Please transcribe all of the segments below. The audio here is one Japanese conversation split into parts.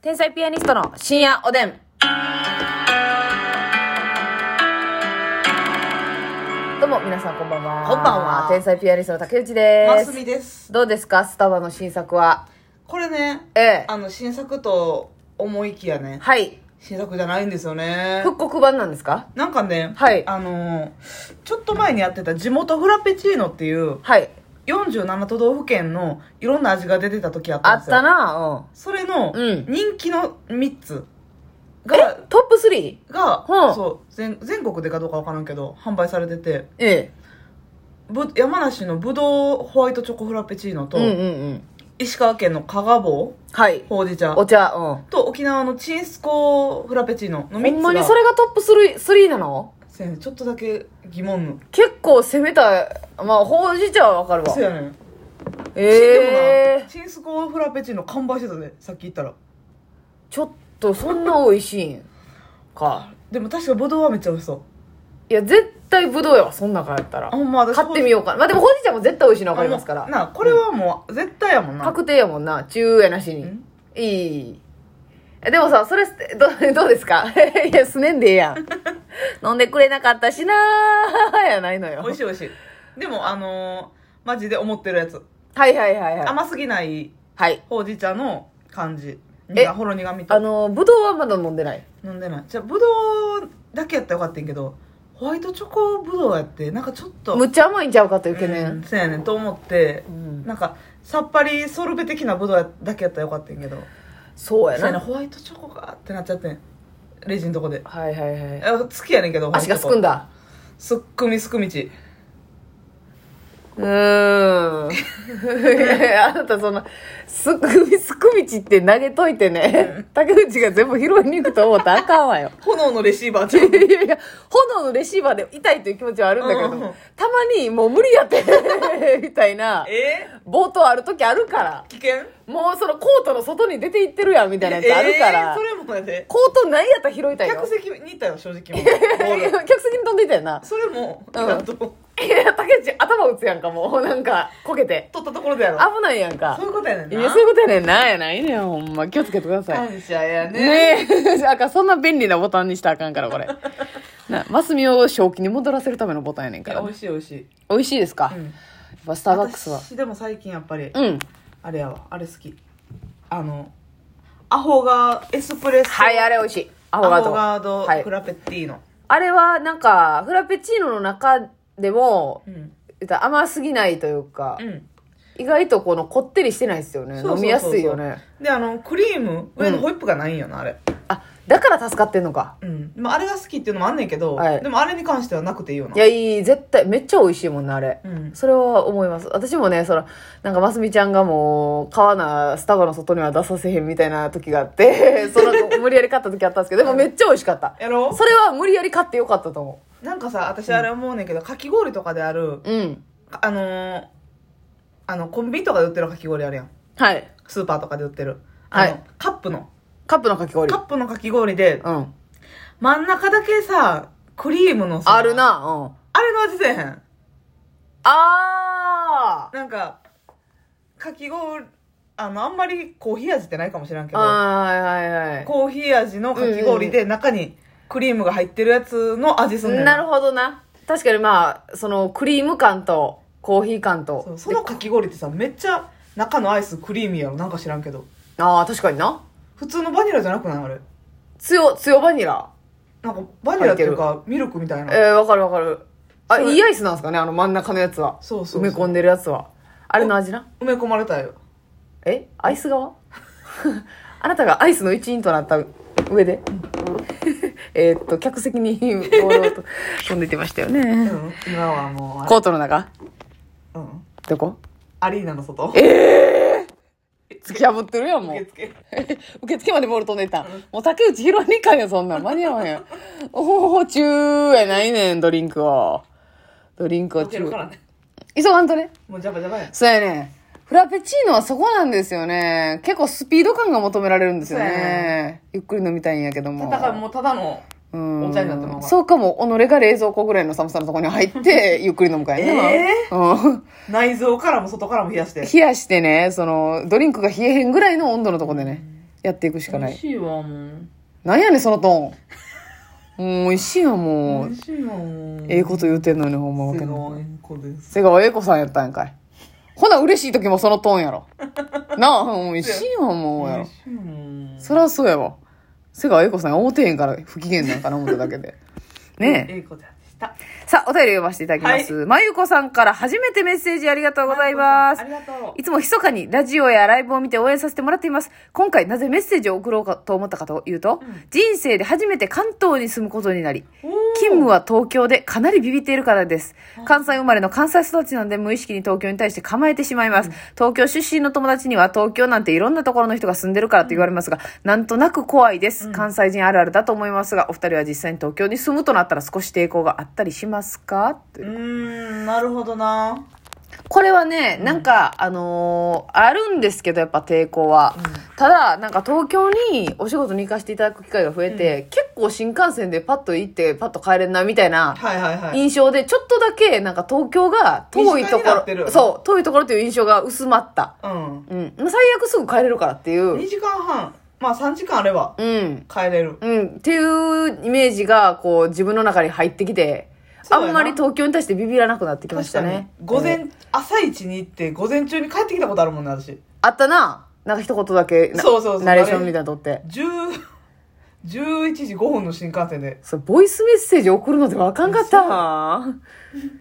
天才ピアニストの深夜おでん。どうも皆さんこんばんは。こんばんは天才ピアニストの竹内で。ますすみですどうですかスタバの新作は。これねええ。あの新作と思いきやねはい。新作じゃないんですよね復刻版なんですかなんかね、はいあのーちょっと前にやってた地元フラペチーノっていうはい。 47都道府県のいろんな味が出てた時あっあたんでっすよたなそれのうん人気の3つうん。えが、トップ 3? が、ほうそう全全国でかどうかわからんけど販売されててええ。ぶ山梨のぶどうホワイトチョコフラペチーノと、うんうんうん。石川県の加賀棒はい。ほうじ茶お茶、うん。と沖縄のチンスコフラペチーノほの3つがんまにそれがトップ 3, 3なのせやちょっとだけ疑問の結構攻めた、まあ、ほうじ茶はわかるわそう。やねんええチンスコフラペチーノ完売してたねさっき言ったらちょっと、そんな美味しいんか。でも確かぶどうはめっちゃ美味しそういや、絶対ぶどうやわ、そん中やったらあ。ほんま私買ってみようかな。まあ、でもほうじ茶も絶対美味しいのわかりますかあら。もうなあこれはもう絶対やもんな確定やもんな。中やなしにん。いい。えでもさ、それ、ど、 どうですかいや、すねんでええやん。 飲んでくれなかったしなー やないのよ。美味しい美味しいでもあのー、マジで思ってるやつはいはいはいはい。甘すぎないはい。ほうじ茶の感じえ苦ほろ苦みあとの、ぶどうはまだ飲んでない。飲んでないじゃあぶどうだけやったらよかったんやけどホワイトチョコぶどうやってなんかちょっとむっちゃ甘いんちゃうかという懸うん念。そうやねんと思って、うんなんかさっぱりソルベ的なブドウだけやったらよかったんやけどそうやそうやねんな。ホワイトチョコかってなっちゃってんレジのとこではいはいはい。あ好きやねんけど足がすくんだだ。すっくみすくみちうーん。 いやあなたその、すくみ、すくみちって投げといてね。竹内が全部拾いに行くと思ったらあかんわよ。炎のレシーバーちい ゃうやいやいや、炎のレシーバーで痛いという気持ちはあるんだけど、うんうんたまにもう無理やって、 みたいな、え冒頭ある時あるから、危険もうそのコートの外に出て行ってるやん、みたいなやつあるから、えーそれもやでコートないやったら拾いたいよ。客席に行ったよ正直もうボール 客席に飛んでいたよな。それもやっと取いや、竹内頭打つやんか、もう。なんか、こけて。ったところでやろ危ないやんかそう。いうことやねんいなや、そういうことやねんな、やないねん、ほんま。気をつけてください。感謝やねねえ。 あかん、そんな便利なボタンにしたらあかんから、これ。な、マスミを正気に戻らせるためのボタンやねんいかやら美。味しい美味しい美味しいですか、うやっんぱスターバックスは。私でも最近やっぱりうん。あれやわあれ好きあのアホがエスプレッソはい、あれ美味しい。アアフォホガガード。ードはいフラペッティーノ、あれは、なんか、フラペチーノの中でも、うん言ったら甘すぎないというか、うん意外とこの、こってりしてないですよね。そうそうそうそう飲みやすいよね。であのクリーム上のホイップがないんよな、あれあ、だから助かってんのか。うんまああれが好きっていうのもあんねんけど、はいでもあれに関してはなくていいよないや、いい、絶対、めっちゃ美味しいもんな、あれ。うんそれは思います。私もね、その、なんか、ますみちゃんがもう、買わな、スタバの外には出させへんみたいな時があって、 その、無理やり買った時あったんですけど、でもめっちゃ美味しかった。やろそれは無理やり買ってよかったと思なんかさ私あれ思うねんけど、かき氷とかであるう。うん。あのーあのコンビニとかで売ってるかき氷あるやんはい。スーパーとかで売ってるあはの、いカップのカップのかき氷。カうップのかき氷でん。真ん中だけさクリームのさあるな、うん。あれの味せえへんあなんか、かき氷、あの、あんまりコーヒー味ってないかもしれんけーど、あーはいはいはコーヒー味のかき氷で中にクリームが入ってるやつの味すんねい。ん。なるほほどな。確かにまあ、その、クリーム感と、コーヒー感と。そのかき氷ってさ、めっちゃ中のアイスクリーミーやろ、なんか知らんけど。ああ、確かにな。普通のバニラじゃなくないあれ。強、強バニラ。なんかバニラっていうか、ミルクみたいえな。ー、わかるわかる。あ、それいいアイスなんですかねあの真ん中のやつは。そうそうそう埋め込んでるやつは。あれの味な。埋め込まれたよ。えアイス側 あなたがアイスの一員となった上で。えーっと、客席にボールをと 飛んでいってましたようね。ん。今はもうあれ、コートの中うん。どこアリーナの外。突き破ってるやん、もう受。付受付までボール飛んでいったん。もう竹内拾いに行かんよ、そんなん。間に合わへん。おほほ、チューやないねん、ドリンクを。ドリンクを受けチュるからー。ね。急がんとね。もうジャバジャバやん。そうやね。フラペチーノはそこなんですよね。結構スピード感が求められるんですよそうやね。ゆっくり飲みたいんやけども。だからもうただの、うんお茶になったままそうかも、己が冷蔵庫ぐらいの寒さのところに入 って、ゆっくり飲むからね。うん内臓からも外からも冷やして。冷やしてね、その、ドリンクが冷えへんぐらいの温度のとこでね。やっていくしか美な味いしいわもうなんやねんそのトーンもう美味しいわも美う味しいわもうええこと言うてんのにほんまわけすないごい子です瀬川栄子さんやったんやんかいほな嬉しい時もそのトーンやろなあもう美味しいわもうや美ろ味しいもんそりゃそうやわ瀬川栄子さんが思てへんから不機嫌なんかな思っただけで ねえええ子ちゃんでしたさあお便り読ませていただきます、まゆこさんから初めてメッセージありがとうございますありがとういつも密かにラジオやライブを見て応援させてもらっています。今回なぜメッセージを送ろうかと思ったかというと、うん人生で初めて関東に住むことになり、おー勤務は東京でかなりビビっているからです。関西生まれの関西育ちなので無意識に東京に対して構えてしまいます。東京出身の友達には東京なんていろんなところの人が住んでるからと言われますが、なんとなく怖いです。関西人あるあるだと思いますが、お二人は実際に東京に住むとなったら少し抵抗があったりしますかといううーんなるほどなこれはね、なんか、あのーあるんですけど、やっぱ抵抗は。ただ、なんか東京にお仕事に行かせていただく機会が増えて、結構新幹線でパッと行って、パッと帰れんな、みたいなはいはいはい印象で、ちょっとだけ、なんか東京が遠いと身近になってころ、るそう、遠いところという印象が薄まった。うんうん。まあ、最悪すぐ帰れるからっていう、 2時間半まあ3時間あればうん。帰れるうん。っていうイメージが、こう、自分の中に入ってきて、そあうやなんまり東京に対してビビらなくなってきまし確たかねに。午うん前朝一に行って午前中に帰ってきたことあるもんね私あったな。なんか一言だけな、そうそうそうナレーションみたいなの撮って。 10 11時5分の新幹線でそれ、ボイスメッセージ送るのでわかんかった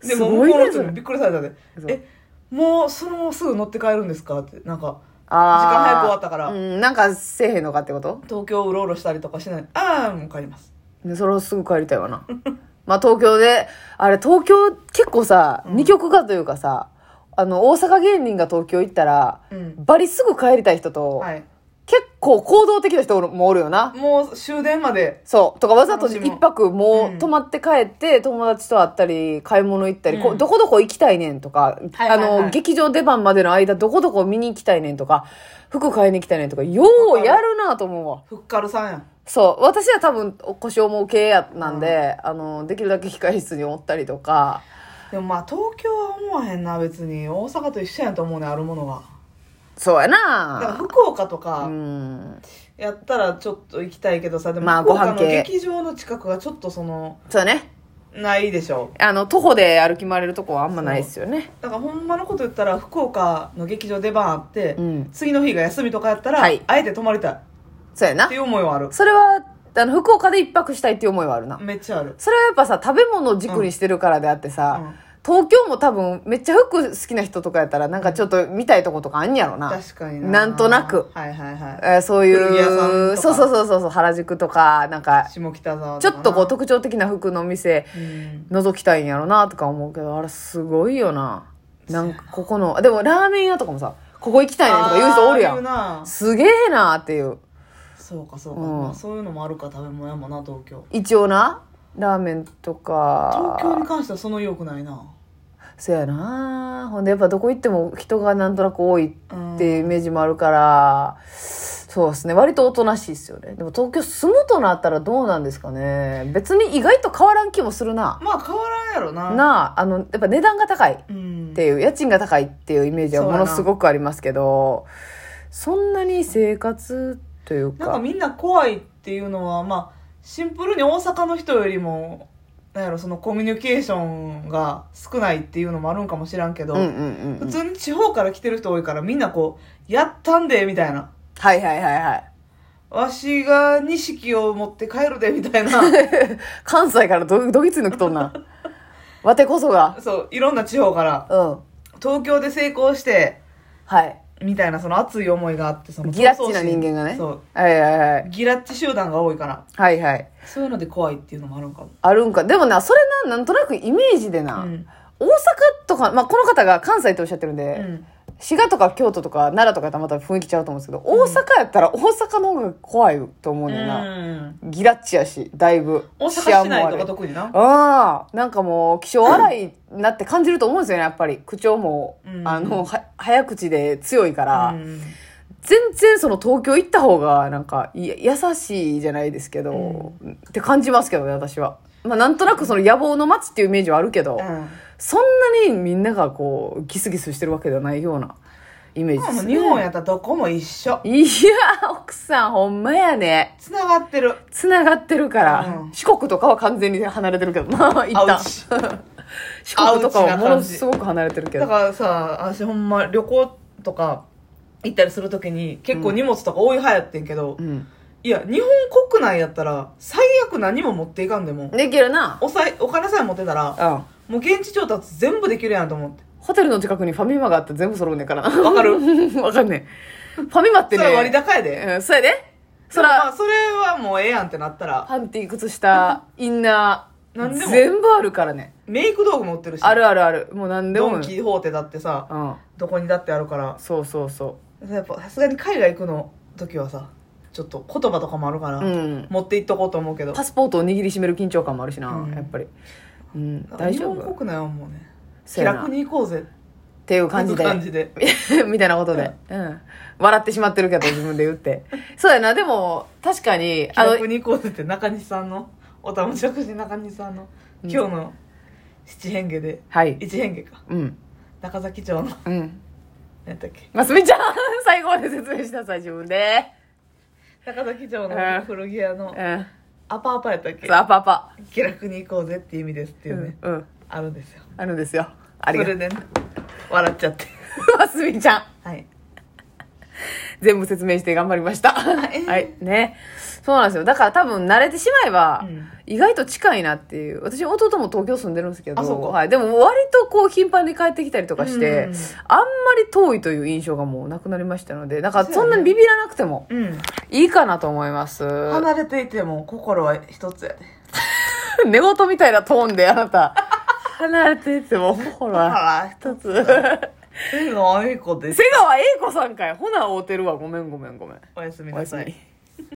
ですもご向いこうのね、人そにれ。びっくりされたでそうえもうそのまますぐ乗って帰るんですかってなんかあー時間早く終わったからうん、なんかせえへんのかってこと東京うろうろしたりとかしないああもう帰りますでそれはすぐ帰りたいわな。 まあ東京で、あれ東京結構さ、二極化というかさ、あの、大阪芸人が東京行ったら、うんバリすぐ帰りたい人と、はい結構行動的な人もおるよな。もう終電までそう。とかわざと私も一泊もううん泊まって帰って友達と会ったり、買い物行ったり、こうんどこどこ行きたいねんとか、はいはいはいあの、劇場出番までの間どこどこ見に行きたいねんとか、服買いに行きたいねんとか、ようやるなと思うわ。ふっかるさんやんそう。私は多分、腰重う系やなんで、あの、できるだけ控室におったりとか、でもまあ東京は思わへんな別に大阪と一緒やんと思うねあるものはそうやだからな福岡とうかん。やったらちょっと行きたいけどさでまあも福岡ご飯の系劇場の近くがちょっとそのそうやね。ないでしょあの、徒歩で歩き回れるとこはあんまないですよね。だからほんまのこと言ったら福岡の劇場出番あって、うん次の日が休みとかやったら、はいあえて泊まりたいっそうやなてい。う思いはあるそれは、あの、福岡で一泊したいっていう思いはあるな。めっちゃあるそれはやっぱさ食べ物を軸にしてるからであってさ、うん東京も多分めっちゃ服好きな人とかやったらなんかちょっと見たいとことかあんやろな、確かにななんとなくはいはいはえーそうい古着屋さうんとかそうそうそうそうそう原宿とかなんいか下北沢ちょっとこうとか特徴的な服の店なうん覗きたいんやろなとか思うけどあれすごいよななんかここのあでもラーメン屋とかもさここ行きたいねとか言う人おるやあー言うんなすげえなっていうそうかそうか、うんまあ、そういうのもあるか食べ物やもんな東京一応なラーメンとか東京に関してはそのよくないなそやなほんでやっぱどこ行っても人がなんとなく多いっていうイメージもあるから、そうですね割とおとなしいですよねでも東京住むとなったらどうなんですかね別に意外と変わらん気もするな、まあ変わらんやろななああのやっぱ値段が高いっうんていう家賃が高いっていうイメージはそうもやなのすごくありますけどそんなに生活というなんかかみんな怖いっていうのはまあシンプルに大阪の人よりもなんやろそのコミュニケーションが少ないっていうのもあるんかもしらんけど、うんうんうんう普ん通に地方から来てる人多いからみんなこう「やったんで」みたいなはいはいはいはい「わしが錦を持って帰るで」みたいな 関西からどどぎついのきとんな わてこそがそういろんな地方からうん東京で成功してはいみたいなその熱い思いがあってそのギラッチな人間がね。そうはいはいはい。ギラッチ集団が多いからはいはい。そういうので怖いっていうのもあるんかもあるんか。でもな、それな、なんとなくイメージでな、うん大阪とか、まあ、この方が関西とおっしゃってるんで、うん滋賀とか京都とか奈良とかやったらまた雰囲気ちゃうと思うんですけど、大阪やったら大阪の方が怖いと思うねんな。うんギラッチやし、だいぶ。大阪治安市も内悪といか特になああ、なんかもう、気性荒いなって感じると思うんですよね、やっぱり。口調も、うんあの、は早口で強いから、うん全然その東京行った方がなんかい優しいじゃないですけど、って感じますけどね私は。まあなんとなくその野望の街っていうイメージはあるけど、うんそんなにみんながこうギスギスしてるわけではないようなイメージまであもすうね日本やったらどこも一緒。いや奥さんほんまやねつながってる。つながってるから、うん四国とかは完全に離れてるけど まあ一あ旦うち四国とかはもあのうちな感じすごく離れてるけだどからさ、私ほんま旅行とか行ったりするときに結構荷物とか多い派やってんけど、うんいや、日本国内やったら最悪何も持っていかんでも、できるなおさいお金さえ持ってたら、うんもう現地調達全部できるやんと思って。ホテルの近くにファミマがあったら全部揃うねんからな わかるわかんねえファミマってそねれは割高やで。うんそうやでそでもまらあそれはもうええやんってなったら、パンティ靴下インナなんでーも全部あるからねメイク道具持ってるし、あるあるあるもう何でもドンキーホーテだってさ、うんどこにだってあるから、そうそうそやっぱさすがに海外行くの時はさ、ちょっと言葉とかもあるから、ううん持って行っとこうと思うけど、パスポートを握りしめる緊張感もあるしな、うんやっぱりうん大丈日本夫国内はもうね、そ気うやな楽に行こうぜ。っていう感じで感じで。 みたいなことで、うん、笑ってしまってるけど自分で言って そうやなでも確かに記あの憶に行こうぜって中西さんのおたまじゃくし中西さんのうん今日の七変化ではい一変化かうん中崎町の何うんやったっけますみちゃん 最後まで説明しなさい自分で中崎町うんの古着屋のうんアパアパやったっけそうアパアパ気楽に行こうぜっていう意味ですっていうね、うんうんあるんですよあるんですよあそりがとれうでね笑っちゃってますみちゃんはい全部説明して頑張りま した。いはい。ね。そうなんですよ。だから多分慣れてしまえば、うん意外と近いなっていう。私、弟も東京住んでるんですけど、あそうかはい。でも割とこう頻繁に帰ってきたりとかして、うんあんまり遠いという印象がもうなくなりましたので、だからそんなにビビらなくてもうんいいかなと思います。 離れていても心は一つやで寝言みたいなトーンであなた、 離れていっても、ほ ら、あら一つ。瀬川栄子です瀬川栄子さんかい。ほな、会うてるわ。ごめんごめんごめん。おやすみおやなすさいみ。